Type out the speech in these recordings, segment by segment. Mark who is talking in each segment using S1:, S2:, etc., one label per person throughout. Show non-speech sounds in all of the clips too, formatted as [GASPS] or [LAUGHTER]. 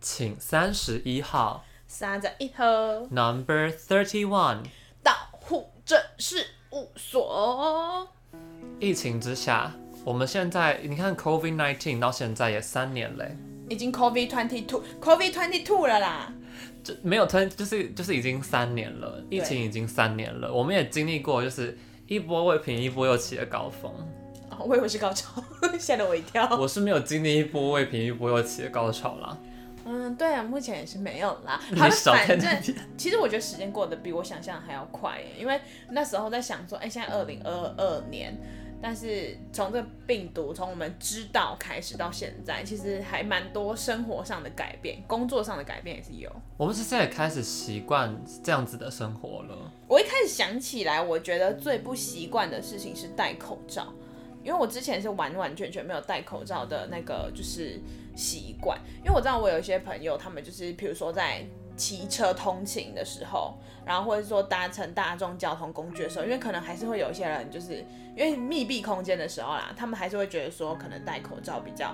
S1: 请三十一号
S2: 三十一号
S1: Number Thirty One。
S2: 到户政事务所。
S1: 疫情之下，我们现在你看 COVID nineteen 到现在也三年嘞，
S2: 已经 COVID twenty two COVID twenty two 了啦，
S1: 就没有吞，就是就是已经三年了，疫情已经三年了，我们也经历过就是一波未平一波又起的高峰。
S2: 哦、我以为是高潮， [LAUGHS] 吓了我一跳。
S1: 我是没有经历一波未平一波又起的高潮啦。
S2: 嗯，对啊，目前也是没有啦。
S1: 你
S2: 好
S1: 少
S2: 像
S1: 在
S2: 反
S1: 那
S2: 正
S1: 边，
S2: 其实我觉得时间过得比我想象还要快耶，因为那时候在想说，哎、现在二零二二年，但是从这个病毒从我们知道开始到现在，其实还蛮多生活上的改变，工作上的改变也是有。
S1: 我们其实也开始习惯这样子的生活了。
S2: 我一开始想起来，我觉得最不习惯的事情是戴口罩，因为我之前是完完全全没有戴口罩的那个就是习惯，因为我知道我有一些朋友，他们就是比如说在骑车通勤的时候，然后或者说搭乘大众交通工具的时候，因为可能还是会有一些人就是因为密闭空间的时候啦，他们还是会觉得说可能戴口罩比较。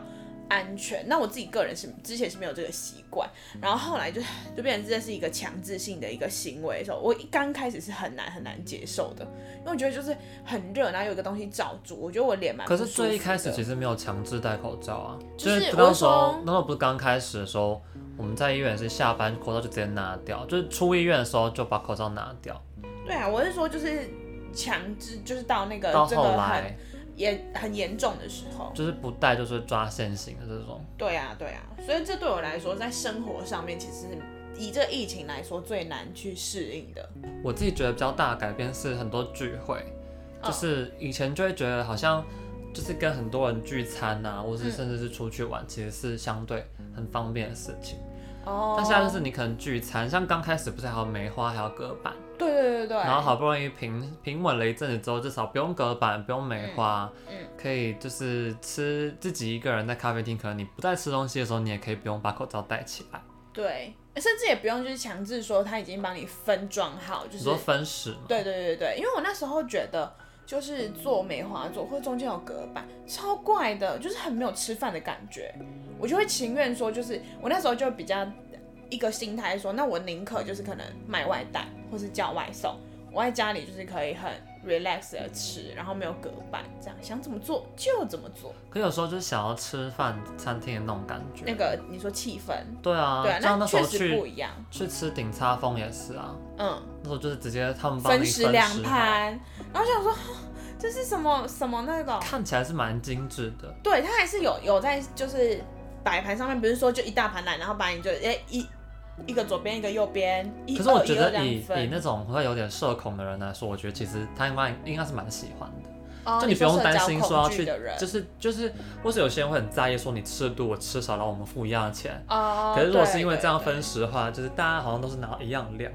S2: 安全。那我自己个人是之前是没有这个习惯，然后后来就就变成这是一个强制性的一个行为的时候，我一刚开始是很难很难接受的，因为我觉得就是很热，然后有一个东西罩住，我觉得我脸蛮不
S1: 可
S2: 舒
S1: 是
S2: 服的。
S1: 最一开始其实没有强制戴口罩啊，
S2: 就是是
S1: 那
S2: 我
S1: 时候
S2: 说
S1: 那时候不是刚开始的时候，我们在医院也是下班口罩就直接拿掉，就是出医院的时候就把口罩拿掉，
S2: 对啊，我是说就是强制，就是到那个
S1: 到
S2: 呃这
S1: 后
S2: 个很
S1: 来
S2: 严很严重的时候。
S1: 就是不戴就是抓现行的这种。
S2: 对啊，对啊，所以这对我来说，在生活上面其实以这疫情来说最难去适应的。
S1: 我自己觉得比较大的改变是很多聚会，就
S2: 嗯
S1: 是以前就会觉得好像就是跟很多人聚餐啊，或是
S2: 嗯
S1: 甚至是出去玩，其实是相对很方便的事情。
S2: 哦
S1: 但现在就是你可能聚餐，像刚开始不是还有梅花，还有隔板，
S2: 对对对对，
S1: 然后好不容易平平稳了一阵子之后，至少不用隔板，不用梅花，
S2: 嗯
S1: 可以就是吃自己一个人在咖啡厅，可能你不在吃东西的时候，你也可以不用把口罩戴起来。
S2: 对，甚至也不用就是强制说他已经帮你分装好，就
S1: 你
S2: 是
S1: 说分食嘛，
S2: 对对对对，因为我那时候觉得就是做梅花座或者中间有隔板，超怪的，就是很没有吃饭的感觉，我就会情愿说就是我那时候就比较一个心态说，那我宁可就是可能买外带或是叫外送，我在家里就是可以很 relax 的吃，然后没有隔板，这样想怎么做就怎么做，
S1: 可有时候就是想要吃饭餐厅的那种感觉。
S2: 那个你说气氛，
S1: 对啊，
S2: 哎对啊，
S1: 像那时
S2: 确
S1: 候
S2: 实不
S1: 去
S2: 一样，
S1: 去吃顶叉风也是啊，
S2: 嗯。
S1: 那时候就是直接他们帮你
S2: 分
S1: 食啊
S2: 食
S1: 好
S2: 两，盘，然后想说 [GASPS] 哈这是什么什么那种，
S1: 看起来是蛮精致的。
S2: 对他还是有有在就是摆盘上面，不是说就一大盘来，然后把你就哎一一个左边一个右边，一哦
S1: 可是我
S2: 二
S1: 觉
S2: 一二
S1: 得以
S2: 这样
S1: 以
S2: 分。
S1: 那种会有点社恐的人来说，我觉得其实他应该应该是蛮喜欢的。
S2: 哦
S1: 就
S2: 你
S1: 不用
S2: 说社
S1: 担
S2: 交
S1: 心
S2: 恐
S1: 说要
S2: 惧
S1: 去
S2: 的，人，
S1: 就是就是，或是有些人会很在意说你吃的多我吃少，然后我们付一样的钱。
S2: 哦，
S1: 可是如果
S2: 对
S1: 是因为
S2: 对
S1: 这样
S2: 对
S1: 分食的话，就是大家好像都是拿一样量。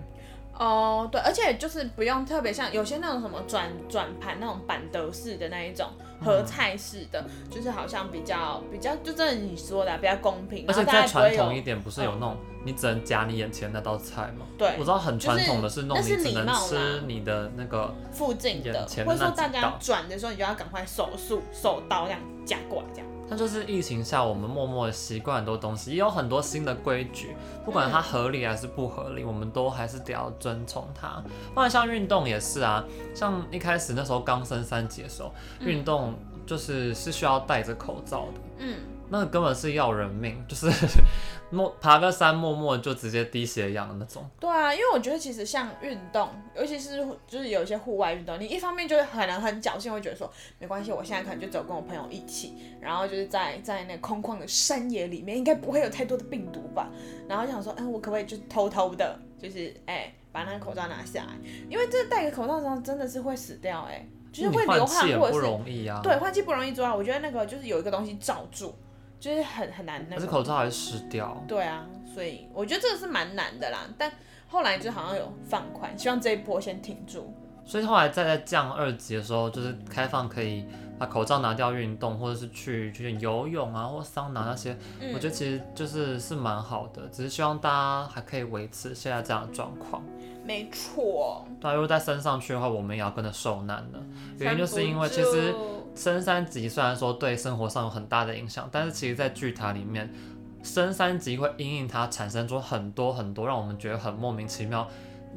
S2: 哦，对，而且就是不用特别像有些那种什么转转盘那种板德式的那一种合菜式的，
S1: 嗯
S2: 就是好像比较比较就真的你说的啊比较公平，
S1: 而且
S2: 然后大
S1: 再
S2: 家不
S1: 传
S2: 会
S1: 统
S2: 有嗯
S1: 一点，不是有那种你只能夹你眼前那道菜吗？
S2: 对
S1: 我知道很传统的
S2: 就是
S1: 是弄
S2: 那
S1: 你
S2: 是
S1: 只
S2: 礼
S1: 能
S2: 貌啦
S1: 吃你的那个，
S2: 附近的
S1: 眼，前的
S2: 或者说
S1: 那
S2: 大
S1: 几
S2: 家
S1: 道
S2: 转的时候，你就要赶快手速手刀这样夹过来，这样。
S1: 那就是疫情下我们默默的习惯很多东西，也有很多新的规矩，不管它合理还是不合理，我们都还是得要遵从它。不然像运动也是啊，像一开始那时候刚升三级的时候，
S2: 嗯
S1: 运动就是是需要戴着口罩的。
S2: 嗯，
S1: 那个根本是要人命，就是 [LAUGHS] 默爬个山，默默就直接低血氧的那种。
S2: 对啊，因为我觉得其实像运动，尤其是就是有一些户外运动，你一方面就是可能很侥幸，会觉得说没关系，我现在可能就只有跟我朋友一起，然后就是在在那空旷的山野里面，应该不会有太多的病毒吧。然后就想说，嗯，我可不可以就偷偷的，就是哎、把那个口罩拿下来，因为这戴个口罩之后真的是会死掉哎、就是
S1: 你
S2: 会
S1: 换
S2: 流
S1: 气也
S2: 汗或
S1: 不
S2: 者是
S1: 容易啊。
S2: 对，换气不容易抓，我觉得那个就是有一个东西罩住，就是很很难那
S1: 可是
S2: 个。
S1: 口罩还是湿掉。
S2: 对啊，所以我觉得这个是蛮难的啦。但后来就好像有放宽，希望这一波先停住。
S1: 所以后来再在降二级的时候，就是开放可以把口罩拿掉运动，或者是去去游泳啊，或桑拿那些，
S2: 嗯，
S1: 我觉得其实就是是蛮好的，只是希望大家还可以维持现在这样的状况。
S2: 没错。
S1: 对啊、如果再升上去的话，我们也要跟着受难的，原因就是因为其
S2: 撑
S1: 实
S2: 不住
S1: 升三级虽然说对生活上有很大的影响，但是其实在剧塔里面。升三级会因应它产生出很多很多让我们觉得很莫名其妙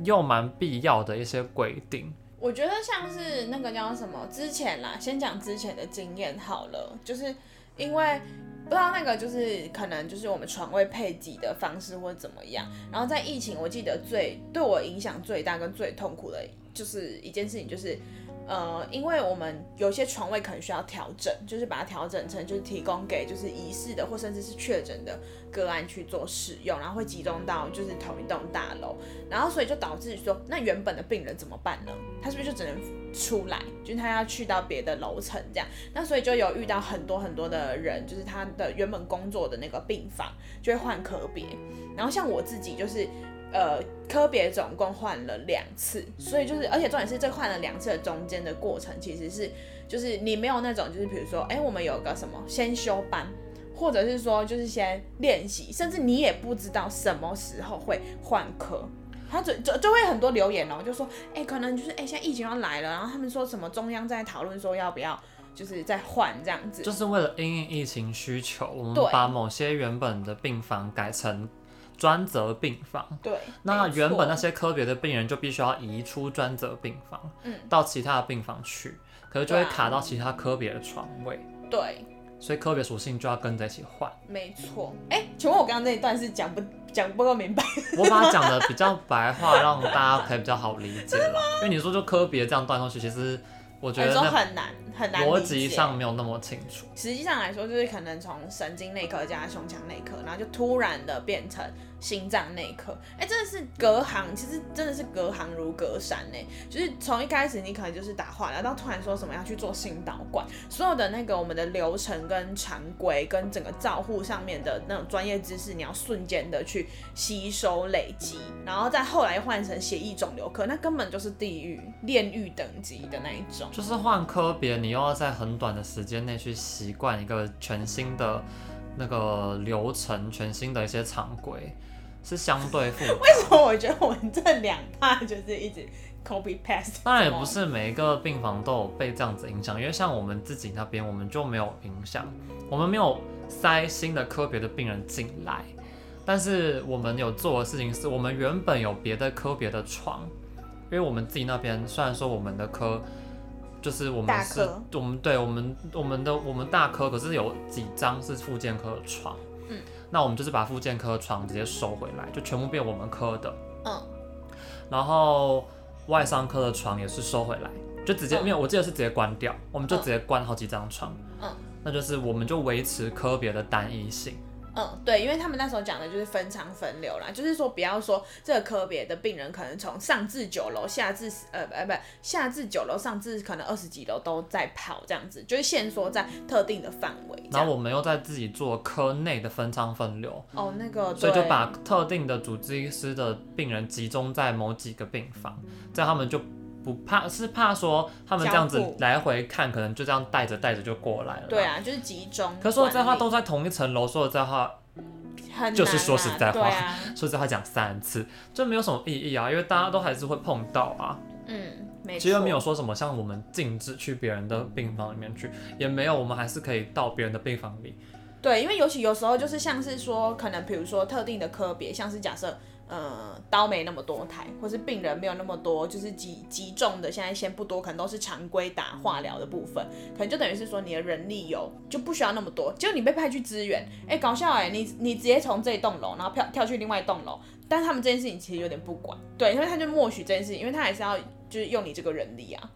S1: 又蛮必要的一些规定。
S2: 我觉得像是那个叫什么，之前啦，先讲之前的经验好了，就是因为不知道那个就是可能就是我们床位配给的方式或怎么样，然后在疫情，我记得最对我影响最大跟最痛苦的就是一件事情，就是呃，因为我们有些床位可能需要调整，就是把它调整成就是提供给就是疑似的或甚至是确诊的个案去做使用，然后会集中到就是同一栋大楼，然后所以就导致说，那原本的病人怎么办呢？他是不是就只能出来，就是他要去到别的楼层这样？那所以就有遇到很多很多的人，就是他的原本工作的那个病房就会换科别，然后像我自己就是。呃，科别总共换了两次，所以就是，而且重点是这换了两次的中间的过程，其实是就是你没有那种就是比如说，哎、我们有个什么先修班，或者是说就是先练习，甚至你也不知道什么时候会换科。他就就就会很多留言哦，就说，哎、可能就是哎、现在疫情要来了，然后他们说什么中央在讨论说要不要就是再换这样子，
S1: 就是为了因应疫情需求，我们
S2: 对
S1: 把某些原本的病房改成专责病房。
S2: 对，
S1: 那
S2: 没
S1: 原本那
S2: 错
S1: 些科别的病人就必须要移出专责病房，
S2: 嗯
S1: 到其他的病房去，可是就会
S2: 对啊
S1: 卡到其他科别的床位，
S2: 对，
S1: 所以科别属性就要跟着一起换。
S2: 没错，哎、请问我刚刚那一段是讲不讲不够明白？
S1: 我把它讲的比较白话，让大家可以比较好理
S2: [LAUGHS]
S1: 解啦。因为你说就科别这样断过去，其实我觉
S2: 有
S1: 得
S2: 时候
S1: 那
S2: 哎很难很难理
S1: 逻辑
S2: 解
S1: 上没有那么清楚。
S2: 实际上来说，就是可能从神经内科加胸腔内科，然后就突然的变成心脏内科。哎、真的是隔行，其实真的是隔行如隔山呢、就是从一开始你可能就是打化疗，到突然说什么要去做心导管，所有的那个我们的流程跟常规跟整个照护上面的那种专业知识，你要瞬间的去吸收累积，然后再后来换成血液肿瘤科，那根本就是地狱炼狱等级的那一种。
S1: 就是换科别，你又要在很短的时间内去习惯一个全新的那个流程，全新的一些常规，是相对复杂。
S2: 所以我觉得我们这两趴就是一直 copy paste。
S1: 当然也不，是每一个病房都有被这样子影响，因为像我们自己那边，我们就没有影响，我们没有塞新的科别的病人进来，但是我们有做的事情是，我们原本有别的科别的床，因为我们自己那边虽然说我们的科就是我们
S2: 大
S1: 是
S2: 科，
S1: 我们对我们我们的我们大科，可是有几张是附件科的床，
S2: 嗯，
S1: 那我们就是把附件科的床直接收回来，就全部变我们科的，
S2: 嗯，
S1: 然后外伤科的床也是收回来，就直接、
S2: 嗯
S1: 没有，我记得是直接关掉，我们就
S2: 嗯
S1: 直接关好几张床。
S2: 嗯，
S1: 那就是我们就维持科别的单一性。
S2: 嗯，对，因为他们那时候讲的就是分仓分流啦，就是说不要说这个科别的病人可能从上至九楼，下至呃呃不下至九楼，上至可能二十几楼都在跑这样子，就是限缩在特定的范围这
S1: 然
S2: 样。
S1: 后我们又在自己做科内的分仓分流，
S2: 哦，那个，
S1: 所以就
S2: 对
S1: 把特定的主治医师的病人集中在某几个病房，这样他们就不怕，是怕说他们这样子
S2: 交互
S1: 来回看，可能就这样带着带着就过来了。
S2: 对。啊，就是集中管理。
S1: 可是说实在话，都在同一层楼。说实在话，
S2: 很
S1: 就是
S2: 难
S1: 说
S2: 啦
S1: 实在
S2: 对
S1: 话
S2: 啊，
S1: 说实在话讲三次，这没有什么意义啊，因为大家都还是会碰到啊。
S2: 嗯，没错。
S1: 其实又没有说什么像我们禁止去别人的病房里面去，也没有，我们还是可以到别人的病房里。
S2: 对，因为尤其有时候就是像是说，可能比如说特定的科别，像是假设，呃，刀没那么多台，或是病人没有那么多，就是急急重的，现在先不多，可能都是常规打化疗的部分，可能就等于是说你的人力有就不需要那么多，结果你被派去支援，哎、搞笑哎、你你直接从这一栋楼，然后跳跳去另外一栋楼，但他们这件事情其实有点不管，对，因为他就默许这件事情，因为他还是要就是用你这个人力啊，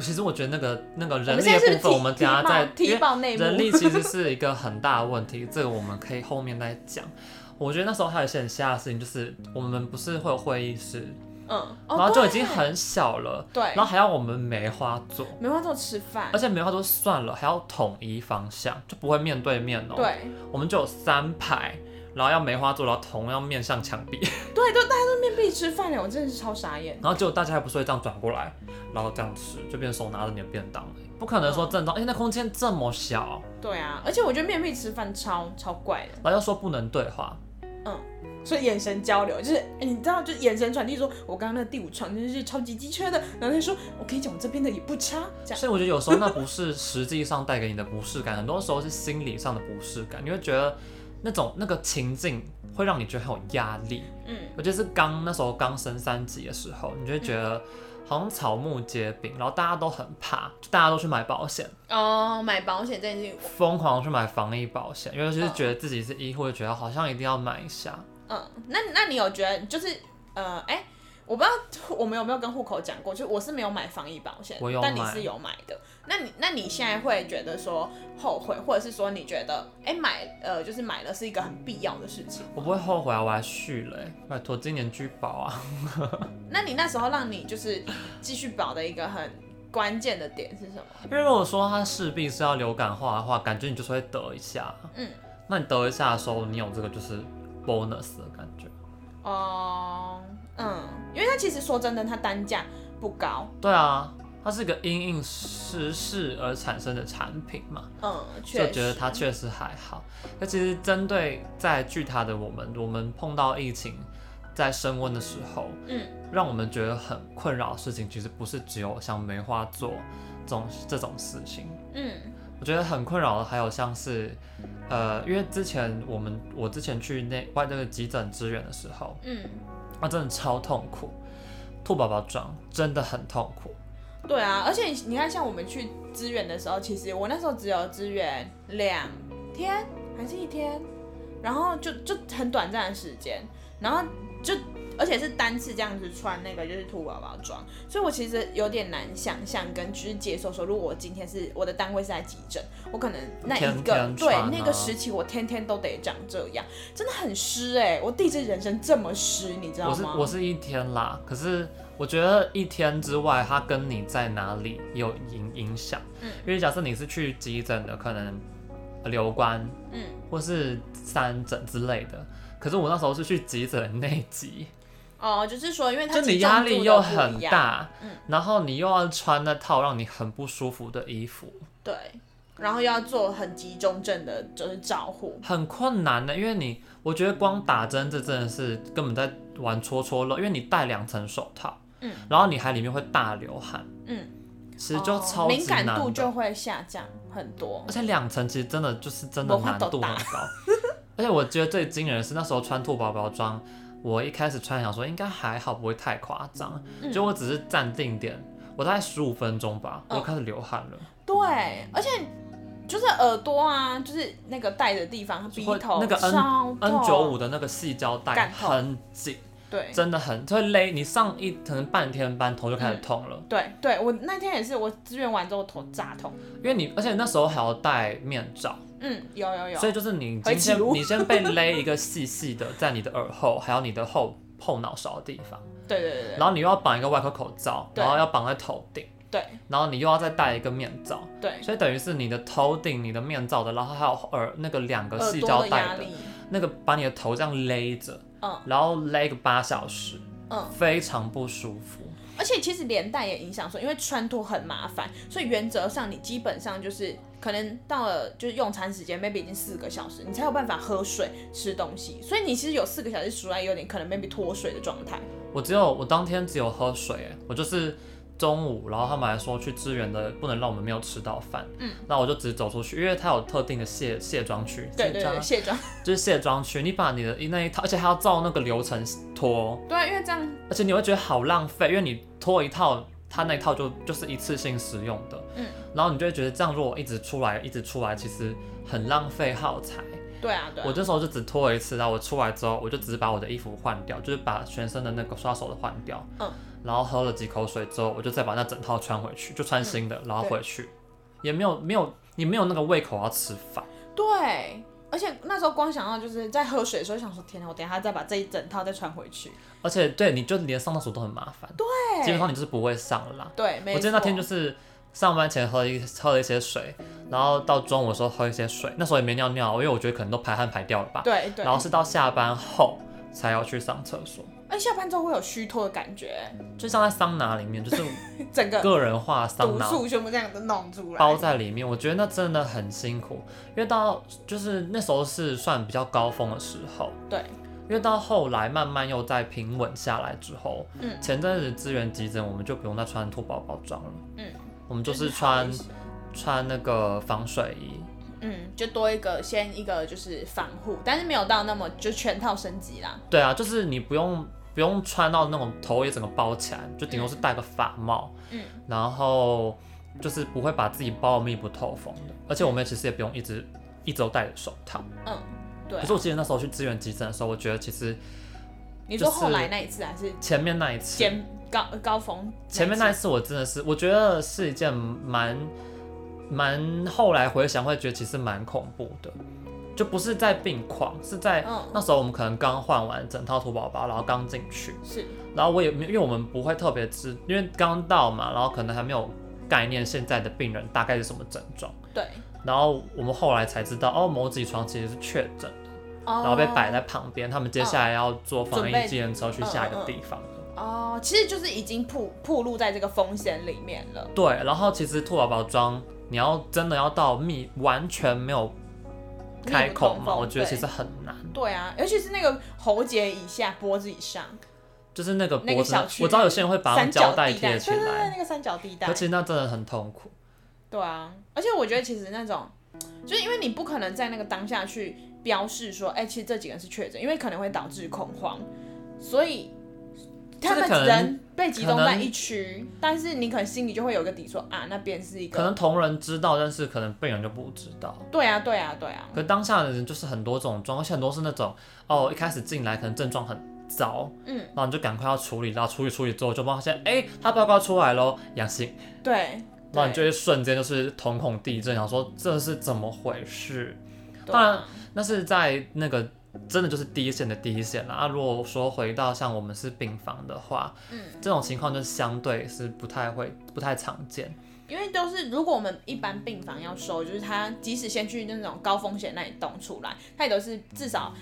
S1: 其实我觉得那个那个
S2: 我
S1: 人
S2: 们
S1: 力
S2: 现
S1: 的
S2: 在是
S1: 部分，我们
S2: 踢
S1: 等下再，因
S2: 踢
S1: 为
S2: 爆内幕，
S1: 人力其实是一个很大的问题， [LAUGHS] 这个我们可以后面再讲。我觉得那时候还有一些很瞎的事情，就是我们不是会有会议室，
S2: 嗯，
S1: 然
S2: 哦
S1: 后就已经很小了，
S2: 对，
S1: 然后还要我们梅花座，
S2: 没办法吃饭
S1: 而，且梅花座算了，还要统一方向，就不会面对面哦。，
S2: 对。
S1: 我们就有三排，然后要梅花座，然后同样面向墙壁。 [LAUGHS]
S2: 对，就大家都面壁吃饭欸了，我真的是超傻眼。
S1: 然后结果大家还不是会这样转过来，然后这样吃，就变成手拿着你的便当了，不可能说正哎当，因为那空间这么小，
S2: 对啊，而且我觉得面壁吃饭超超怪的，
S1: 然后又说不能对话，
S2: 所以眼神交流就是，哎你知道，就眼神传递说，我刚刚那第五床真的是超级鸡缺的，然后他说，我跟你讲，我这边的也不差，这样。
S1: 所以我觉得有时候那不是实际上带给你的不适感，很多时候是心理上的不适感，你会觉得那种那个情境会让你觉得很有压力。
S2: 嗯，
S1: 我觉得是刚那时候刚升三级的时候，你就会觉得好像草木皆兵，然后大家都很怕，就大家都去买保险，
S2: 哦，买保险这件事情，
S1: 疯狂去买防疫保险，尤其是觉得自己是医护，就觉得好像一定要买一下。
S2: 嗯，那那你有觉得就是呃，哎、我不知道我们有没有跟户口讲过，就是我是没有买防疫保险，
S1: 我有
S2: 但你
S1: 买
S2: 是有买的。那你那你现在会觉得说后悔，或者是说你觉得哎、买呃就是买了是一个很必要的事情？
S1: 我不会后悔啊，我还续了、欸，拜托今年居保啊。
S2: 那你那时候让你就是继续保的一个很关键的点是什么？
S1: 因为如果说它势必是要流感化的话，感觉你就是会得一下。
S2: 嗯，
S1: 那你得一下的时候，你有这个就是 bonus 的感觉。
S2: 哦、嗯，因为它其实说真的，它单价不高，
S1: 对啊，它是一个因应时事而产生的产品嘛，
S2: 嗯，
S1: 就
S2: 确
S1: 觉得
S2: 实，
S1: 它确实还好。那其实针对在巨塔的我们，我们碰到疫情在升温的时候，
S2: 嗯，
S1: 让我们觉得很困扰的事情，其实不是只有像梅花座这种这种事情。
S2: 嗯
S1: 我觉得很困扰的还有像是，呃，因为之前我们我之前去那外那个急诊支援的时候，
S2: 嗯，
S1: 啊，真的超痛苦，兔宝宝装真的很痛苦。
S2: 对啊，而且你看，像我们去支援的时候，其实我那时候只有支援两天还是一天，然后就就很短暂的时间，然后就而且是单次这样子穿那个就是兔宝宝装，所以我其实有点难想象跟就是接受说，如果我今天是我的单位是在急诊，我可能那一
S1: 天
S2: 个
S1: 天
S2: 对
S1: 穿啊
S2: 那个时期我天天都得长这样，啊真的很湿哎、我第一次人生这么湿，你知道
S1: 我是
S2: 吗？
S1: 我是一天啦，可是我觉得一天之外，它跟你在哪里有影影响。
S2: 嗯
S1: 因为假设你是去急诊的，可能呃留观
S2: 嗯。
S1: 或是三诊之类的，可是我那时候是去急诊内急，
S2: 哦，就是说，因为它
S1: 就
S2: 其实
S1: 你压
S2: 重度
S1: 力
S2: 的
S1: 又
S2: 不
S1: 很
S2: 一样，
S1: 大，
S2: 嗯
S1: 然后你又要穿那套让你很不舒服的衣服，
S2: 对，然后又要做很集中症的，就是照护。
S1: 很困难的。因为你，我觉得光打针这真的是根本在玩戳戳乐，因为你戴两层手套，
S2: 嗯，
S1: 然后你还里面会大流汗，
S2: 嗯，
S1: 其实就
S2: 哦
S1: 超级
S2: 敏
S1: 难
S2: 感
S1: 的。
S2: 度就会下降很多
S1: 而。且两层其实真的就是真的
S2: 我会
S1: 难度
S2: 抖
S1: 很
S2: 大
S1: 高。 [LAUGHS] 而且我觉得最惊人的是那时候穿兔宝宝装，我一开始穿想说应该还好，不会太夸张。
S2: 嗯
S1: 结果我只是站定点，我大概十五分钟吧，我
S2: 嗯
S1: 就开始流汗了。
S2: 对，而且就是耳朵啊，就是那个戴的地方，鼻
S1: 会
S2: 头
S1: 那个 N-
S2: 超
S1: N 九五
S2: 痛哦
S1: 的那个细胶带
S2: 干痛
S1: 很紧，
S2: 对。
S1: 真的很就会勒。你上一可能半天班，头就开始痛了，
S2: 对对，我那天也是，我支援完之后头炸痛。
S1: 因为你而且那时候还要戴面罩，
S2: 嗯，有有有。
S1: 所以就是你
S2: 回
S1: 今
S2: 起炉
S1: 天你先被勒一个细细的，在你的耳后还有你的后后脑勺的地方，
S2: 对对对对
S1: 然后你又要绑一个外科口罩，
S2: 对
S1: 然后要绑在头顶，
S2: 对
S1: 然后你又要再戴一个面罩，
S2: 对，
S1: 所以等于是你的头顶、你的面罩的，然后还有耳那个两个
S2: 耳
S1: 细
S2: 朵
S1: 胶
S2: 的压
S1: 带的
S2: 力，
S1: 那个把你的头这样勒着，
S2: 嗯
S1: 然后勒个八小时。
S2: 嗯。
S1: 非常不舒服。
S2: 而且其实连带也影响说，因为穿脱很麻烦，所以原则上你基本上就是可能到了就是用餐时间，maybe 已经四个小时，你才有办法喝水吃东西，所以你其实有四个小时出来有点可能 maybe 脱水的状态。
S1: 我只有我当天只有喝水、欸，我就是中午，然后他们还说去支援的不能让我们没有吃到饭，
S2: 嗯，
S1: 那我就只走出去，因为它有特定的卸卸妆区，
S2: 对
S1: 卸
S2: 对
S1: 妆
S2: 对，卸妆。
S1: 就是卸妆区，你把你的那一套，而且还要照那个流程脱，
S2: 对，因为这样
S1: 而且你会觉得好浪费，因为你脱一套，它那一套就就是一次性使用的，
S2: 嗯，
S1: 然后你就会觉得这样如果一直出来一直出来，其实很浪费耗材，
S2: 对啊对啊
S1: 我这时候就只脱了一次，然后我出来之后，我就只是把我的衣服换掉，就是把全身的那个刷手的换掉，
S2: 嗯，
S1: 然后喝了几口水之后，我就再把那整套穿回去，就穿新
S2: 嗯
S1: 的，然后回去，也没有没有你没有那个胃口要吃饭，
S2: 对。而且那时候光想到就是在喝水的时候想说，天哪，我等一下再把这一整套再穿回去。
S1: 而且对你就连上厕所都很麻烦，
S2: 对，
S1: 基本上你就是不会上了啦。
S2: 对，没
S1: 我记得那天就是是上班前喝一喝了一些水，然后到中午的时候喝一些水，那时候也没尿尿，因为我觉得可能都排汗排掉了吧，
S2: 对对，
S1: 然后是到下班后才要去上厕所，
S2: 哎，下班之后会有虚脱的感觉，
S1: 就像在桑拿里面，就是。
S2: 整个
S1: 个人化桑
S2: 毒
S1: 拿
S2: 素全部这样子弄出来。
S1: 包在里面，我觉得那真的很辛苦，因为到就是那时候是算比较高峰的时候，
S2: 对，
S1: 因为到后来慢慢又在平稳下来之后，
S2: 嗯
S1: 前阵子支援急诊，我们就不用再穿兔宝宝装了，
S2: 嗯，
S1: 我们就是
S2: 好
S1: 穿
S2: 一些
S1: 穿那个防水衣，
S2: 嗯，就多一个先一个就是防护，但是没有到那么就全套升级啦。
S1: 对啊，就是你不用不用穿到那种头也整个包起来，就顶多是戴个发帽，
S2: 嗯，
S1: 然后就是不会把自己包得密不透风的，而且我们其实也不用一直一直都戴着手套。
S2: 嗯，对
S1: 可
S2: 啊
S1: 是。我记得那时候去支援急诊的时候，我觉得其实
S2: 你说
S1: 就是
S2: 后来那一次还是
S1: 前面那一次，
S2: 尖高高峰一次？
S1: 前面那一次我真的是，我觉得是一件蛮蛮后来回想会觉得其实蛮恐怖的，就不是在病况，是在
S2: 嗯
S1: 那时候我们可能刚换完整套土宝宝，然后刚进去，
S2: 是
S1: 然后我也没因为我们不会特别知，因为刚到嘛，然后可能还没有概念现在的病人大概是什么症状，
S2: 对，
S1: 然后我们后来才知道哦，某几床其实是确诊，
S2: 然
S1: 然后被摆在旁边，他们接下来要做防
S2: 哦准
S1: 疫
S2: 备
S1: 机人车去下一个
S2: 嗯嗯嗯
S1: 地方了。
S2: 哦，其实就是已经暴暴露在这个风险里面了。
S1: 对，然后其实兔宝宝装，你要真的要到密完全没有开口
S2: 密不透
S1: 嘛，
S2: 风
S1: 我觉得
S2: 对
S1: 其实很难，
S2: 对啊，尤其是那个喉结以下、脖子以上，
S1: 就是那个
S2: 那
S1: 脖
S2: 个
S1: 子那，
S2: 小区
S1: 我知道有些人会把用
S2: 三
S1: 胶
S2: 角
S1: 带
S2: 地带，
S1: 贴
S2: 对
S1: 起
S2: 对对，
S1: 来，
S2: 那个三角地带
S1: 可，其实那真的很痛苦。
S2: 对啊。而且我觉得其实那种，就是因为你不可能在那个当下去标示说，哎、其实这几个人是确诊，因为可能会导致恐慌，所以。他
S1: 就是
S2: 们
S1: 可能
S2: 人被集中
S1: 可
S2: 在
S1: 能
S2: 一区，但是你可能心里就会有一个底说啊，那边是一个
S1: 可能同仁知道，但是可能病人就不知道。
S2: 对啊，对啊，对啊，
S1: 可当下的人就是很多种状况，而且很多是那种哦，一开始进来可能症状很糟，
S2: 嗯，
S1: 然后你就赶快要处理，然后处理处理之后就发现，哎、他报告出来喽，阳性，
S2: 对。
S1: 然后你就
S2: 对
S1: 会瞬间就是瞳孔地震，想说这是怎么回事？
S2: 对啊
S1: 当然那是在那个真的就是第一线的第一线啦。啊，如果说回到像我们是病房的话，
S2: 嗯，
S1: 这种情况就是相对是不太会、不太常见。
S2: 因为都是如果我们一般病房要收，就是他即使先去那种高风险那里动出来，他也都是至少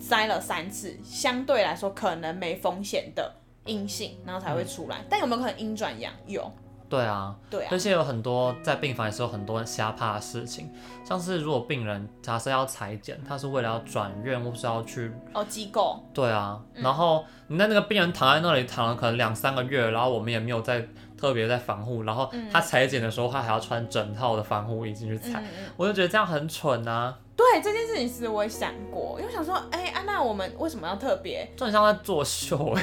S2: 筛了三次，相对来说可能没风险的阴性，然后才会出来。但有没有可能阴转阳？有，
S1: 对啊，
S2: 对啊
S1: 而，且有很多在病房也是有很多瞎怕的事情，像是如果病人假设要裁剪，他是为了要转院或是要去，
S2: 哦，机构，
S1: 对啊，然后你那那个病人躺在那里躺了可能两三个月，然后我们也没有在特别在防护，然后他裁剪的时候他还要穿整套的防护衣进去
S2: 嗯
S1: 裁，
S2: 嗯嗯，
S1: 我就觉得这样很蠢啊。
S2: 对这件事情，其实我也想过，因为我想说，哎、啊，那我们为什么要特别？
S1: 这很像在作秀哎、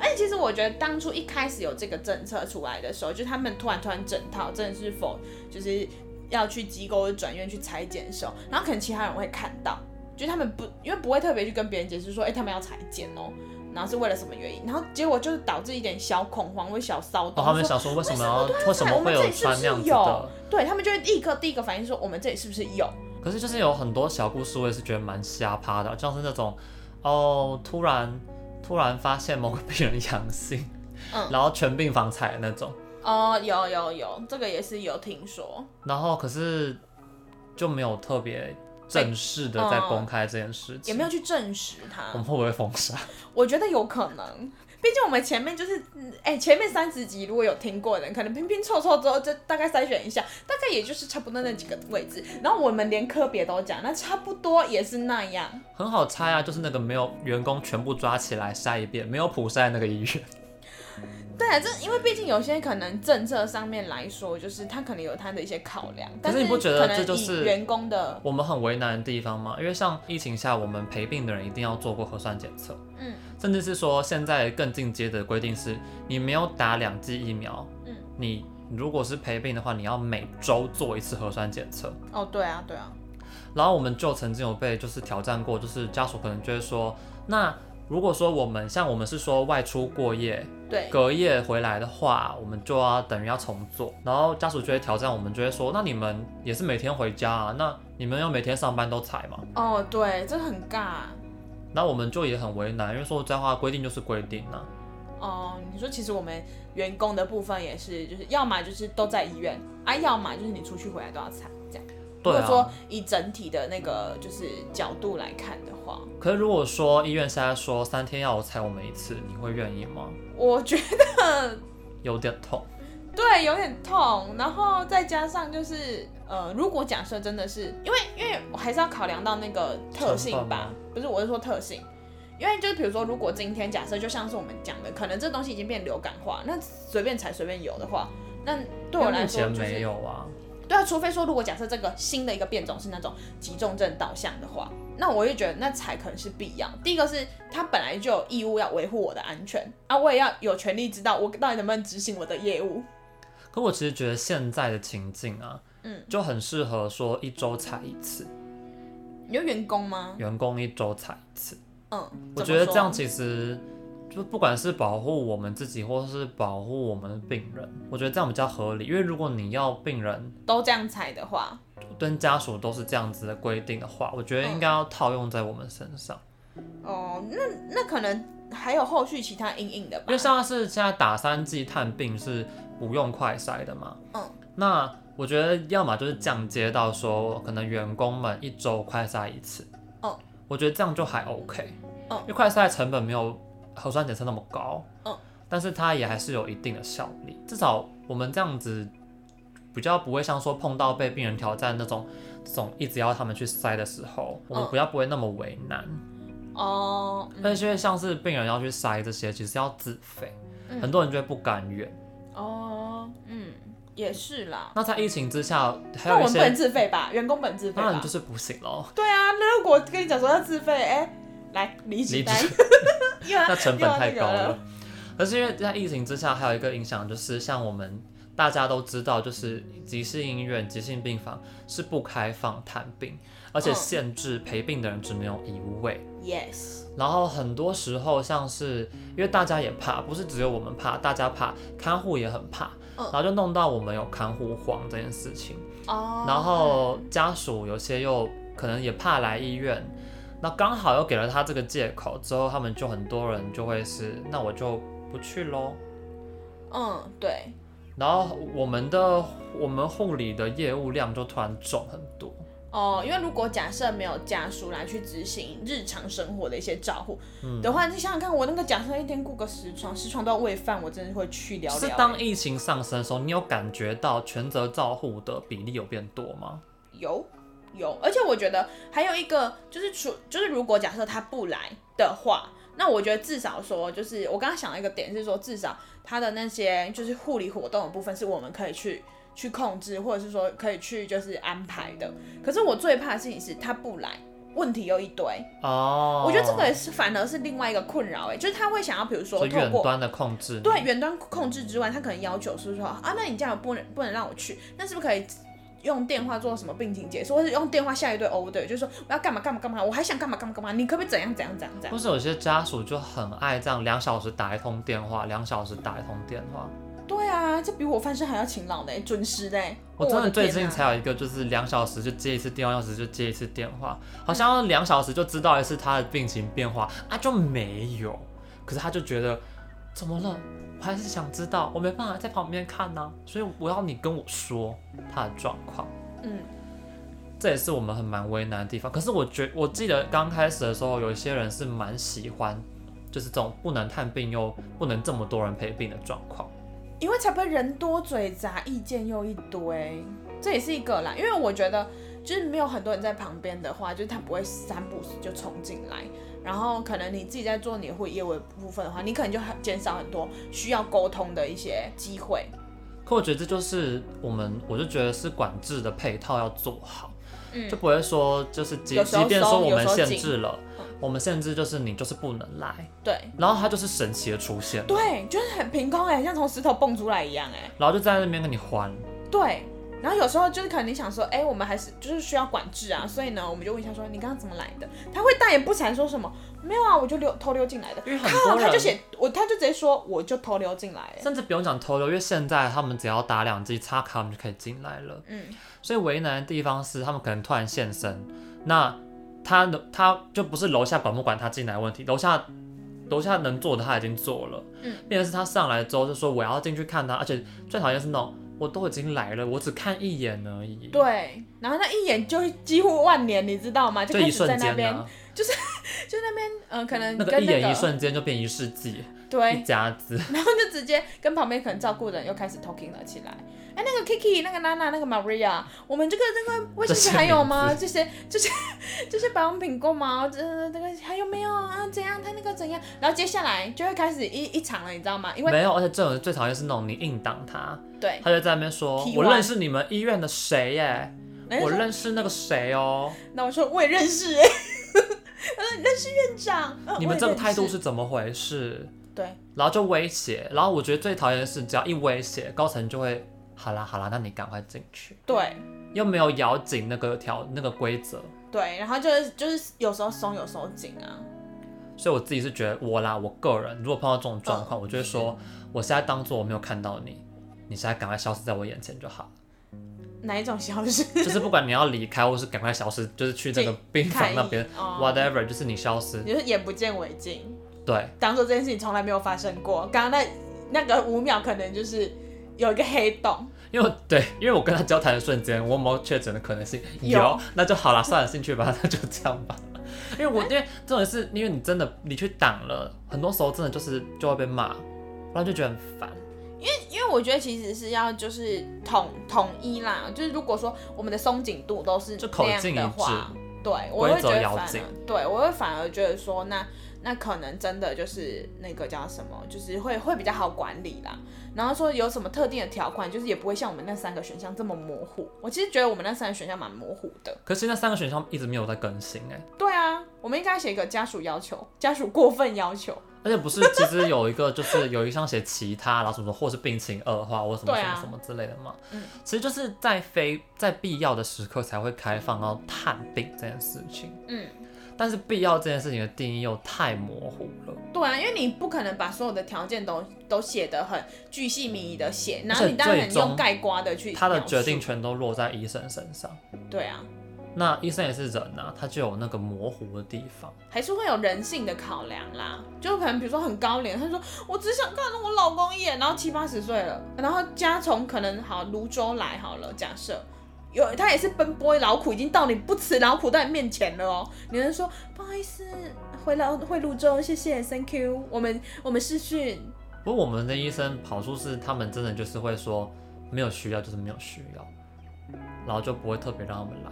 S2: 而且其实我觉得当初一开始有这个政策出来的时候，就他们突然突然整套，真的是否就是要去机构转院去裁剪的时候，然后可能其他人会看到，就是他们不因为不会特别去跟别人解释说，哎、他们要裁剪哦，然后是为了什么原因，然后结果就是导致一点小恐慌或小骚
S1: 哦，
S2: 动，
S1: 他们
S2: 说
S1: 想说为什么要为什
S2: 什
S1: 么
S2: 么
S1: 会
S2: 对啊
S1: 有穿那样子的？
S2: 对他们就会立刻第一个反应说，我们这里是不是有？
S1: 可是就是有很多小故事，我也是觉得蛮瞎趴的，像是那种哦，突然突然发现某个病人阳性，
S2: 嗯
S1: 然后全病房采的那种，
S2: 哦，有有有，这个也是有听说，
S1: 然后可是就没有特别正式的在公开这件事
S2: 也
S1: 情，
S2: 嗯没有去证实它。
S1: 我们会不会封杀？
S2: 我觉得有可能，毕竟我们前面就是，嗯哎、前面三十集如果有听过的人，可能拼拼凑凑之后，就大概筛选一下，大概也就是差不多那几个位置。然后我们连科别都讲，那差不多也是那样。
S1: 很好猜啊，就是那个没有员工全部抓起来筛一遍，没有普筛的那个医院。
S2: 对啊，这因为毕竟有些可能政策上面来说，就是他可能有他的一些考量，
S1: 可
S2: 但
S1: 是你不觉得
S2: 可能
S1: 这就
S2: 以
S1: 是
S2: 员工的，
S1: 我们很为难的地方嘛，因为像疫情下，我们陪病的人一定要做过核酸检测，
S2: 嗯
S1: 甚至是说现在更进阶的规定是，你没有打两剂疫苗，
S2: 嗯，
S1: 你如果是陪病的话，你要每周做一次核酸检测。
S2: 哦，对啊，对啊，
S1: 然后我们就曾经有被就是挑战过，就是家属可能就会说，那如果说我们像我们是说外出过夜，
S2: 对，
S1: 隔夜回来的话，我们就要等于要重做。然后家属就会挑战我们，就会说，那你们也是每天回家啊，那你们要每天上班都采吗？
S2: 哦，对，这很尬。
S1: 那我们就也很为难，因为说实在话，规定就是规定啊。
S2: 哦，你说其实我们员工的部分也是，就是要么就是都在医院啊，要么就是你出去回来都要采这样。
S1: 对
S2: 如果说
S1: 啊，
S2: 以整体的那个就是角度来看的话，
S1: 可是如果说医院现在说三天要我采我们一次，你会愿意吗？
S2: 我觉得 [LAUGHS]
S1: 有点痛。
S2: 对有点痛，然后再加上就是呃，如果假设真的是因为因为我还是要考量到那个特性
S1: 成本
S2: 吧
S1: 吗，
S2: 不是我是说特性。因为就是比如说，如果今天假设就像是我们讲的，可能这东西已经变流感化，那随便采随便有的话，那对我
S1: 因为
S2: 来
S1: 目
S2: 说
S1: 前
S2: 就是
S1: 没有啊，
S2: 对啊，除非说如果假设这个新的一个变种是那种急重症导向的话，那我就觉得那才可能是必要。第一个是他本来就有义务要维护我的安全啊，我也要有权利知道我到底能不能执行我的业务。
S1: 可我其实觉得现在的情境啊，
S2: 嗯，
S1: 就很适合说一周采一次，
S2: 你有员工吗？
S1: 员工一周采一次。
S2: 嗯，
S1: 我
S2: 怎么
S1: 觉得
S2: 说
S1: 这样其实就不管是保护我们自己，或是保护我们的病人，我觉得这样比较合理。因为如果你要病人
S2: 都这样踩的话，
S1: 跟家属都是这样子的规定的话，我觉得应
S2: 嗯
S1: 该要套用在我们身上。
S2: 哦，那那可能还有后续其他阴影的吧
S1: 因为。像是现在打三剂探病是不用快筛的嘛，
S2: 嗯，
S1: 那我觉得要么就是降阶到说，可能员工们一周快筛一次，
S2: 嗯，
S1: 我觉得这样就还 OK，
S2: 嗯
S1: 因为快筛成本没有核酸检测那么高，
S2: 嗯，
S1: 但是它也还是有一定的效力，至少我们这样子比较不会像说碰到被病人挑战那种这种一直要他们去筛的时候，我们
S2: 嗯
S1: 比较不会那么为难。
S2: 哦，嗯
S1: 但是因为像是病人要去筛这些，其实要自费，
S2: 嗯
S1: 很多人就会不甘愿。
S2: 哦，嗯，也是啦。
S1: 那在疫情之下，还
S2: 那
S1: 有
S2: 我
S1: 一
S2: 们不能
S1: 些
S2: 自费吧？员工不能自费
S1: 当然
S2: 吧
S1: 就？是不行喽，
S2: 对啊，那如果跟你讲说要自费，哎、来离职
S1: 离 [LAUGHS]
S2: 单，
S1: 职
S2: 又要
S1: 那成本太高
S2: [LAUGHS] 又要那个
S1: 了
S2: 了。
S1: 可是因为在疫情之下，还有一个影响就是，像我们大家都知道，就是急性医院、急性病房是不开放探病，而且
S2: 嗯
S1: 限制陪病的人只能有一位。
S2: Yes，
S1: 然后很多时候像是因为大家也怕，不是只有我们怕，大家怕，看护也很怕，
S2: 嗯
S1: 然后就弄到我们有看护荒这件事情。
S2: 哦，
S1: 然后家属有些又可能也怕来医院，那刚好又给了他这个借口，之后他们就很多人就会是，那我就不去喽。
S2: 嗯，对，
S1: 然后我们的我们护理的业务量就突然重很多，
S2: 哦，因为如果假设没有家属来去执行日常生活的一些照顾、
S1: 嗯
S2: 的话，你想想看，我那个假设一天雇个十床，十床都要喂饭，我真的会去聊
S1: 是
S2: 聊、
S1: 当疫情上升的时候，你有感觉到全责照护的比例有变多吗？
S2: 有有，而且我觉得还有一个就是除就是如果假设他不来的话，那我觉得至少说就是我刚刚想到一个点是说，至少他的那些就是护理活动的部分是我们可以去去控制，或者是说可以去就是安排的。可是我最怕的事情是他不来。问题又一堆，
S1: 哦，
S2: 我觉得这个也是反而是另外一个困扰哎、就是他会想要，比如说
S1: 所以
S2: 透
S1: 哦远
S2: 过
S1: 端的控制，
S2: 对，远端控制之外，他可能要求是说啊，那你这样不能不能让我去，那是不是可以用电话做什么病情解说，或是用电话下一对 order，就是说我要干嘛干嘛干嘛，我还想干嘛干嘛干嘛，你可不可以怎样怎样怎样怎样？
S1: 或是有些家属就很爱这样，两小时打一通电话，两小时打一通电话。
S2: 对啊，这比我翻身还要勤劳嘞，准时嘞。
S1: 我哦真的最
S2: 天
S1: 近
S2: 啊
S1: 才有一个，就是两小时就接一次电话，两小时就接一次电话，好像要两小时就知道一次他的病情变化啊，就没有。可是他就觉得怎么了？我还是想知道，我没办法在旁边看呢、所以我要你跟我说他的状况。
S2: 嗯
S1: 这也是我们很蛮为难的地方。可是我觉我记得刚开始的时候，有一些人是蛮喜欢，就是这种不能探病又不能这么多人陪病的状况。
S2: 因为才不会人多嘴杂，意见又一堆，这也是一个啦。因为我觉得，就是没有很多人在旁边的话，就是他不会三不五时就冲进来。然后可能你自己在做你的会业务的部分的话，你可能就很减少很多需要沟通的一些机会。
S1: 可我觉得这就是我们，我就觉得是管制的配套要做好，
S2: 嗯
S1: 就不会说就是即
S2: 有时候
S1: 即便说
S2: 松
S1: 我们
S2: 有时候
S1: 限
S2: 紧
S1: 制了
S2: 嗯，
S1: 我们限制就是你就是不能来，
S2: 对
S1: 然后他就是神奇的出现，
S2: 对，就是很凭空哎、像从石头蹦出来一样哎、
S1: 然后就在那边跟你欢，
S2: 对。然后有时候就是可能你想说，哎、我们还是就是需要管制啊，所以呢，我们就问一下说，你刚刚怎么来的？他会大言不惭说什么？没有啊，我就溜偷溜进来的。
S1: 因为很
S2: 靠，
S1: 多
S2: 他就
S1: 人
S2: 写我，他就直接说我就偷溜进来了。
S1: 甚至不用讲偷流，因为现在他们只要打两剂插卡，他们就可以进来了。
S2: 嗯，
S1: 所以为难的地方是他们可能突然现身，那他的他就不是楼下管不管他进来的问题，楼下楼下能做的他已经做了，
S2: 嗯，
S1: 变成是他上来之后就说我要进去看他，而且最讨厌是那种我都已经来了，我只看一眼而已，，
S2: 对。然后那一眼就几乎万年，你知道吗？就
S1: 就
S2: 开
S1: 一
S2: 始在
S1: 瞬
S2: 那
S1: 间
S2: 边，
S1: 啊，
S2: 就那边呃，可能
S1: 那
S2: 跟
S1: 个一
S2: 那
S1: 眼一
S2: 个
S1: 瞬间就变一世纪，一
S2: 对，
S1: 家子。
S2: 然后就直接跟旁边可能照顾的人又开始 talking 了起来。哎，那个 Kiki，那个娜娜，那个 Maria，我们这个那个卫生纸还有吗？这些这些这些保养品够吗？这这个还有没有啊？怎样？他那个怎样？然后接下来就会开始一一场了，你知道吗？因为
S1: 没有，而且这种人最讨厌是那种你硬挡他，
S2: 对，
S1: 他就在那边说
S2: 踢，
S1: 我
S2: 完哎
S1: 认识你们医院的谁耶，
S2: 然后
S1: 我
S2: 就说
S1: 认识那个谁哦，
S2: 那我说我也认识哎、欸， [LAUGHS] 他说你认识院长，嗯
S1: 你们这个态度。
S2: 我也认识
S1: 是怎么回事？
S2: 对，
S1: 然后就威胁，然后我觉得最讨厌的是，只要一威胁，高层就会，好啦好啦，那你赶快进去，
S2: 对
S1: 又没有咬紧那个条那个规则，
S2: 对，然后就是就是有时候松有时候紧啊，
S1: 所以我自己是觉得我啦，我个人如果碰到这种状况，我就会说，我现在当做我没有看到你，你现在赶快消失在我眼前就好了。
S2: 哪一种消失？
S1: 就是不管你要离开，或是赶快消失，就是去那个病
S2: 看
S1: 房那边、
S2: 哦
S1: w h a t e v e r 就是你消失。
S2: 你就是眼不见为净，
S1: 对，
S2: 当做这件事情从来没有发生过。刚刚那那个五秒可能就是有一个黑洞，
S1: 因为我 [LAUGHS] 对，因为我跟他交谈的瞬间，我有没有确诊的可能性？
S2: 有
S1: 那就好了，算了，兴趣吧，那就这样吧。 [LAUGHS] 因为我因为这种是因为你真的你去挡了，很多时候真的就是就会被骂，然后就觉得很烦。
S2: 因为我觉得其实是要就是统统一啦，就是如果说我们的松紧度都是
S1: 就口
S2: 那样
S1: 径一
S2: 的
S1: 致
S2: 话，对，我会
S1: 规则
S2: 觉得
S1: 咬
S2: 反而
S1: 紧，
S2: 对我会反而觉得说那。那可能真的就是那个叫什么，就是会会比较好管理啦。然后说有什么特定的条款，就是也不会像我们那三个选项这么模糊。我其实觉得我们那三个选项蛮模糊的。
S1: 可是那三个选项一直没有在更新哎、
S2: 对啊，我们应该写一个家属要求，家属过分要求。
S1: 而且不是，其实有一个就是 [LAUGHS] 有一项写其他，然后什么或是病情恶化或什么
S2: 对
S1: 什
S2: 啊
S1: 么什么之类的嘛。
S2: 嗯
S1: 其实就是在非在必要的时刻才会开放到探病这件事情，
S2: 嗯，
S1: 但是必要这件事情的定义又太模糊了。
S2: 对啊，因为你不可能把所有的条件都都写得很巨细靡遗的写，然
S1: 而
S2: 后
S1: 且
S2: 你当然
S1: 最终
S2: 用盖瓜的去
S1: 他的
S2: 描述
S1: 决定权都落在医生身上，
S2: 对啊，
S1: 那医生也是人呐、他就有那个模糊的地方。
S2: 还是会有人性的考量啦。就可能比如说很高龄，他说我只想看我老公一眼，然后七八十岁了，然后家从可能好泸州来好了，假设。有他也是奔波劳苦，已经到你不辞劳苦到你面前了哦。你能说不好意思，回来回泸州，谢谢，Thank you，我们我们试训，
S1: 不过我们的医生好处是，他们真的就是会说没有需要就是没有需要，然后就不会特别让他们来，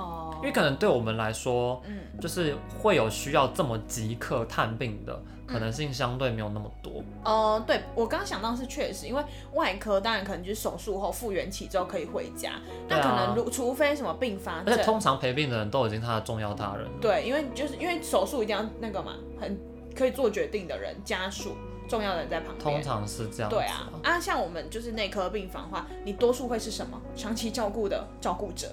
S2: 哦，
S1: 因为可能对我们来说，
S2: 嗯，
S1: 就是会有需要这么即刻探病的可能性相对没有那么多。
S2: 呃，对我刚想到是确实，因为外科当然可能就是手术后复原期之后可以回家，那、
S1: 对啊
S2: 可能如除非什么并发
S1: 而且
S2: 症，
S1: 通常陪病的人都已经他的重要他人了，
S2: 对，因为就是因为手术一定要那个嘛，很可以做决定的人家属重要的人在旁
S1: 通
S2: 边。
S1: 常是这样子。
S2: 对啊，啊，像我们就是内科病房的话，你多数会是什么？长期照顾的照顾者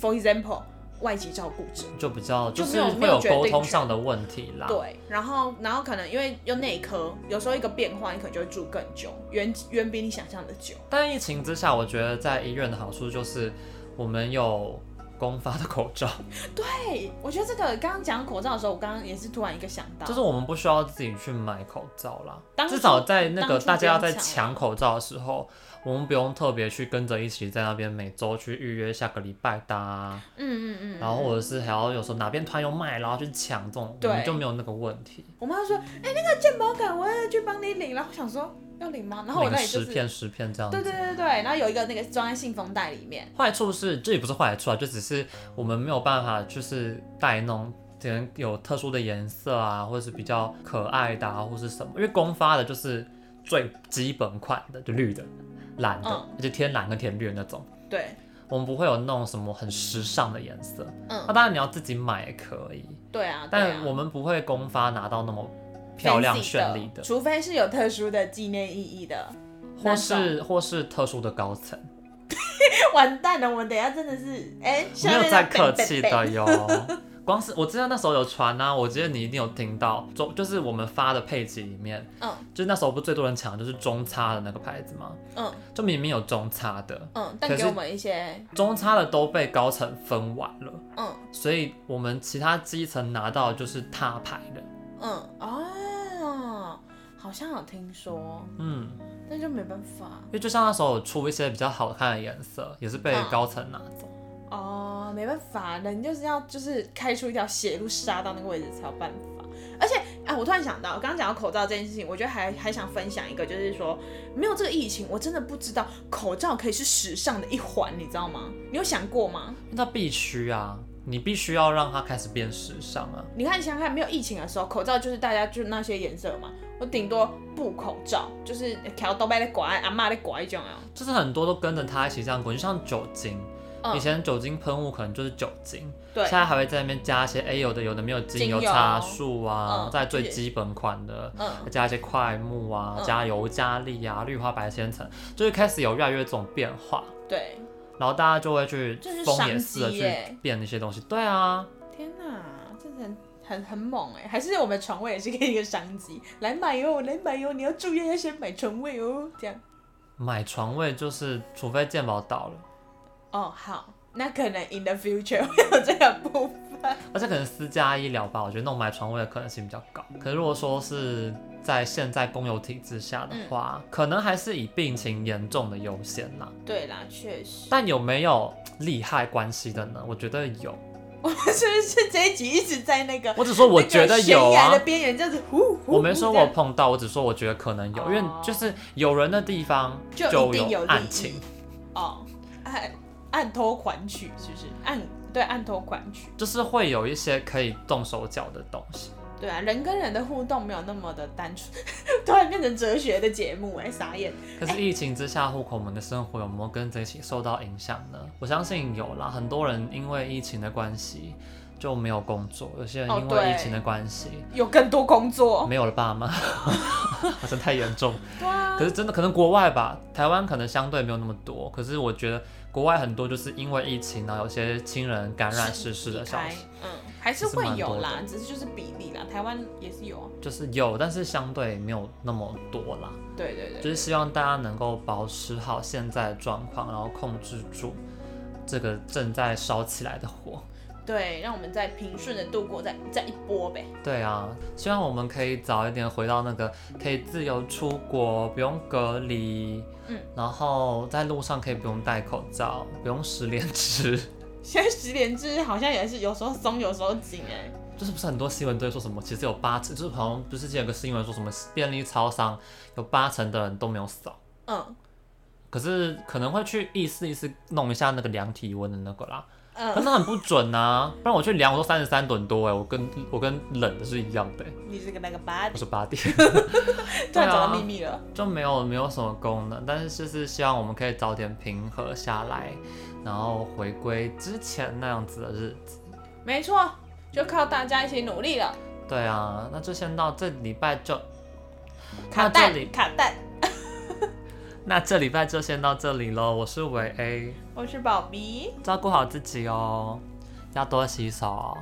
S2: ，for example，外籍照顾者。
S1: 就比较
S2: 就
S1: 就是
S2: 没有
S1: 会有
S2: 没有决定
S1: 沟通上的问题啦。
S2: 对，然后然后可能因为又内科，有时候一个变化，你可能就会住更久，远远比你想象的久。
S1: 但疫情之下，我觉得在医院的好处就是我们有公发的口
S2: [LAUGHS]
S1: 罩，
S2: 对，哎我觉得这个刚刚讲口罩的时候，我刚刚也是突然一个想到，
S1: 就是我们不需要自己去买口罩啦。
S2: 当初
S1: 至少在那个
S2: 当初不用
S1: 大家要在
S2: 抢
S1: 抢口罩的时候，我们不用特别去跟着一起在那边每周去预约下个礼拜的、啊。
S2: 嗯嗯嗯，
S1: 然后或者是还要有时候哪边团有卖，然后去抢这种，
S2: 对
S1: 我们就没有那个问题。
S2: 我妈说，哎、那个健保卡我要去帮你领，然后我想说要领吗？然后我
S1: 那
S2: 那
S1: 个
S2: 里就
S1: 十
S2: 是，
S1: 片十片这样
S2: 对
S1: 子。
S2: 对对对，然后有一个那个装在信封袋里面，
S1: 坏处是这也不是坏处啊，就只是我们没有办法就是带那种可能有特殊的颜色啊，或者是比较可爱的啊，或是什么。因为公发的就是最基本款的，就绿的、蓝的，
S2: 嗯
S1: 而且天蓝跟天绿的那种。
S2: 对，
S1: 我们不会有那种什么很时尚的颜色，那、
S2: 嗯，
S1: 当然你要自己买也可以，
S2: 对啊，对啊
S1: 但我们不会公发拿到那么漂亮
S2: fancy
S1: 绚丽的。
S2: 除非是有特殊的纪念意义的。
S1: 或是或是特殊的高层，
S2: 完蛋了，我们等一下真的是，哎、
S1: 没
S2: 下面
S1: 有在
S2: 那
S1: 客
S2: 北
S1: 气
S2: 北
S1: 的
S2: 北
S1: 哟。
S2: [LAUGHS]
S1: 光是我记得那时候有传啊，我记得你一定有听到，中就是我们发的配给里面，
S2: 嗯
S1: 就是那时候不是最多人抢的就是中差的那个牌子吗？
S2: 嗯
S1: 就明明有中差的，
S2: 嗯，但
S1: 可
S2: 给
S1: 是
S2: 我们一些，
S1: 中差的都被高层分完了，
S2: 嗯
S1: 所以我们其他基层拿到的就是他牌的，
S2: 嗯，哦，好像有听说，
S1: 嗯，
S2: 那就没办法。
S1: 因为就像那时候有出一些比较好看的颜色，也是被
S2: 嗯
S1: 高层拿走，
S2: 哦，没办法，人就是要就是开出一条血路杀到那个位置才有办法。而且，哎、我突然想到，我刚刚讲到口罩这件事情，我觉得还还想分享一个，就是说没有这个疫情，我真的不知道口罩可以是时尚的一环，你知道吗？ [LAUGHS] 你有想过吗？
S1: 因为它必须啊，你必须要让它开始变时尚啊。
S2: 你看，你想想看，没有疫情的时候，口罩就是大家就是那些颜色嘛，我顶多布口罩，就是条都被在刮，阿妈在刮一种啊。
S1: 就是很多都跟着它一起这样滚，就像酒精。
S2: 嗯
S1: 以前酒精喷雾可能就是酒精，
S2: 对
S1: 现在还会在那边加一些，哎、有的有的没有精
S2: 精油
S1: 油茶树啊，
S2: 嗯
S1: 在最基本款的，
S2: 嗯
S1: 再加一些快木啊，
S2: 嗯
S1: 加尤加利啊，绿化白千层，就是开始有越来越这种变化，
S2: 对，
S1: 然后大家就会去
S2: 就是
S1: 疯
S2: 商
S1: 野似的
S2: 机
S1: 去
S2: 耶
S1: 变那些东西，对啊，
S2: 天哪，真的很很很猛哎！还是我们床位也是给你一个商机，来买哦，来买哦，你要住院要先买床位哦，这样。
S1: 买床位就是除非健保倒了，
S2: 哦，好，那可能 in the future 会有这个部分。
S1: 而且可能私家医疗吧，我觉得弄买床位的可能性比较高。可是如果说是在现在公有体制下的话，
S2: 嗯
S1: 可能还是以病情严重的优先啦。
S2: 对啦，确 [LAUGHS] 实。
S1: 但有没有利害关系的呢？我觉得有，
S2: 我们是不是这一集一直在那个？
S1: 我只说我觉得有
S2: 那个悬崖
S1: 啊
S2: 的。边缘这样子呼呼。
S1: 我没说
S2: 呼这
S1: 我
S2: 样
S1: 碰到，我只说我觉得可能有，因为
S2: 哦
S1: 就是有人的地方
S2: 就一定有
S1: 有
S2: 利
S1: 案
S2: 益
S1: 情，
S2: 哦，暗暗偷款曲是不是？暗对暗偷款曲。
S1: 就是会有一些可以动手脚的东西。
S2: 对啊，人跟人的互动没有那么的单纯， [LAUGHS] 突然变成哲学的节目哎、傻眼。
S1: 可是疫情之下，户口们的生活有没有跟着一起受到影响呢？我相信有啦，很多人因为疫情的关系就没有工作，有些人
S2: 哦
S1: 因
S2: 对
S1: 为疫情的关系、
S2: 有更多工作。
S1: 没有了爸
S2: [LAUGHS]
S1: 妈，好像太严重。
S2: 哦对啊
S1: 可，是真的可能国外吧，台湾可能相对没有那么多，可是我觉得国外很多就是因为疫情，然后有些亲人感染逝世的消
S2: 离开
S1: 息，
S2: 嗯，还是会有啦
S1: 还是蛮多，
S2: 只是就是比例啦，台湾也是有啊。
S1: 就是有，但是相对没有那么多啦。
S2: 对对
S1: 就
S2: 对，
S1: 是希望大家能够保持好现在的状况，然后控制住这个正在烧起来的火。
S2: 对，让我们再平顺的度过再再一波呗。 [LAUGHS]
S1: 对啊，希望我们可以早一点回到那个可以自由出国，不用隔离，
S2: 嗯，
S1: 然后在路上可以不用戴口罩，不用十连吃。 [LAUGHS]
S2: 现在十连制好像也是有时候松，有时候紧哎、
S1: 就是不是很多新闻都会说什么，其实有八成，就是好像不是之前有个新闻说什么便利超商有八成的人都没有扫，
S2: 嗯
S1: 可是可能会去意思意思弄一下那个量体温的那个啦，可
S2: 嗯，
S1: [LAUGHS] 是那很不准啊！不然我去量，我都三十三吨多哎，我跟我跟冷的是一样的欸，
S2: 你这个那个八
S1: 我，是八点， [LAUGHS]
S2: 突然找到秘密了。
S1: 就没有没有什么功能。但是就是希望我们可以早点平和下来，然后回归之前那样子的日子。
S2: 没错，就靠大家一起努力了。
S1: 对啊，那就先到这礼拜就，
S2: 卡
S1: 那这
S2: 蛋
S1: 里
S2: 卡蛋，
S1: 那这礼拜就先到这里喽。我是维 A，
S2: 我是宝比。
S1: 照顾好自己哦，要多洗手哦。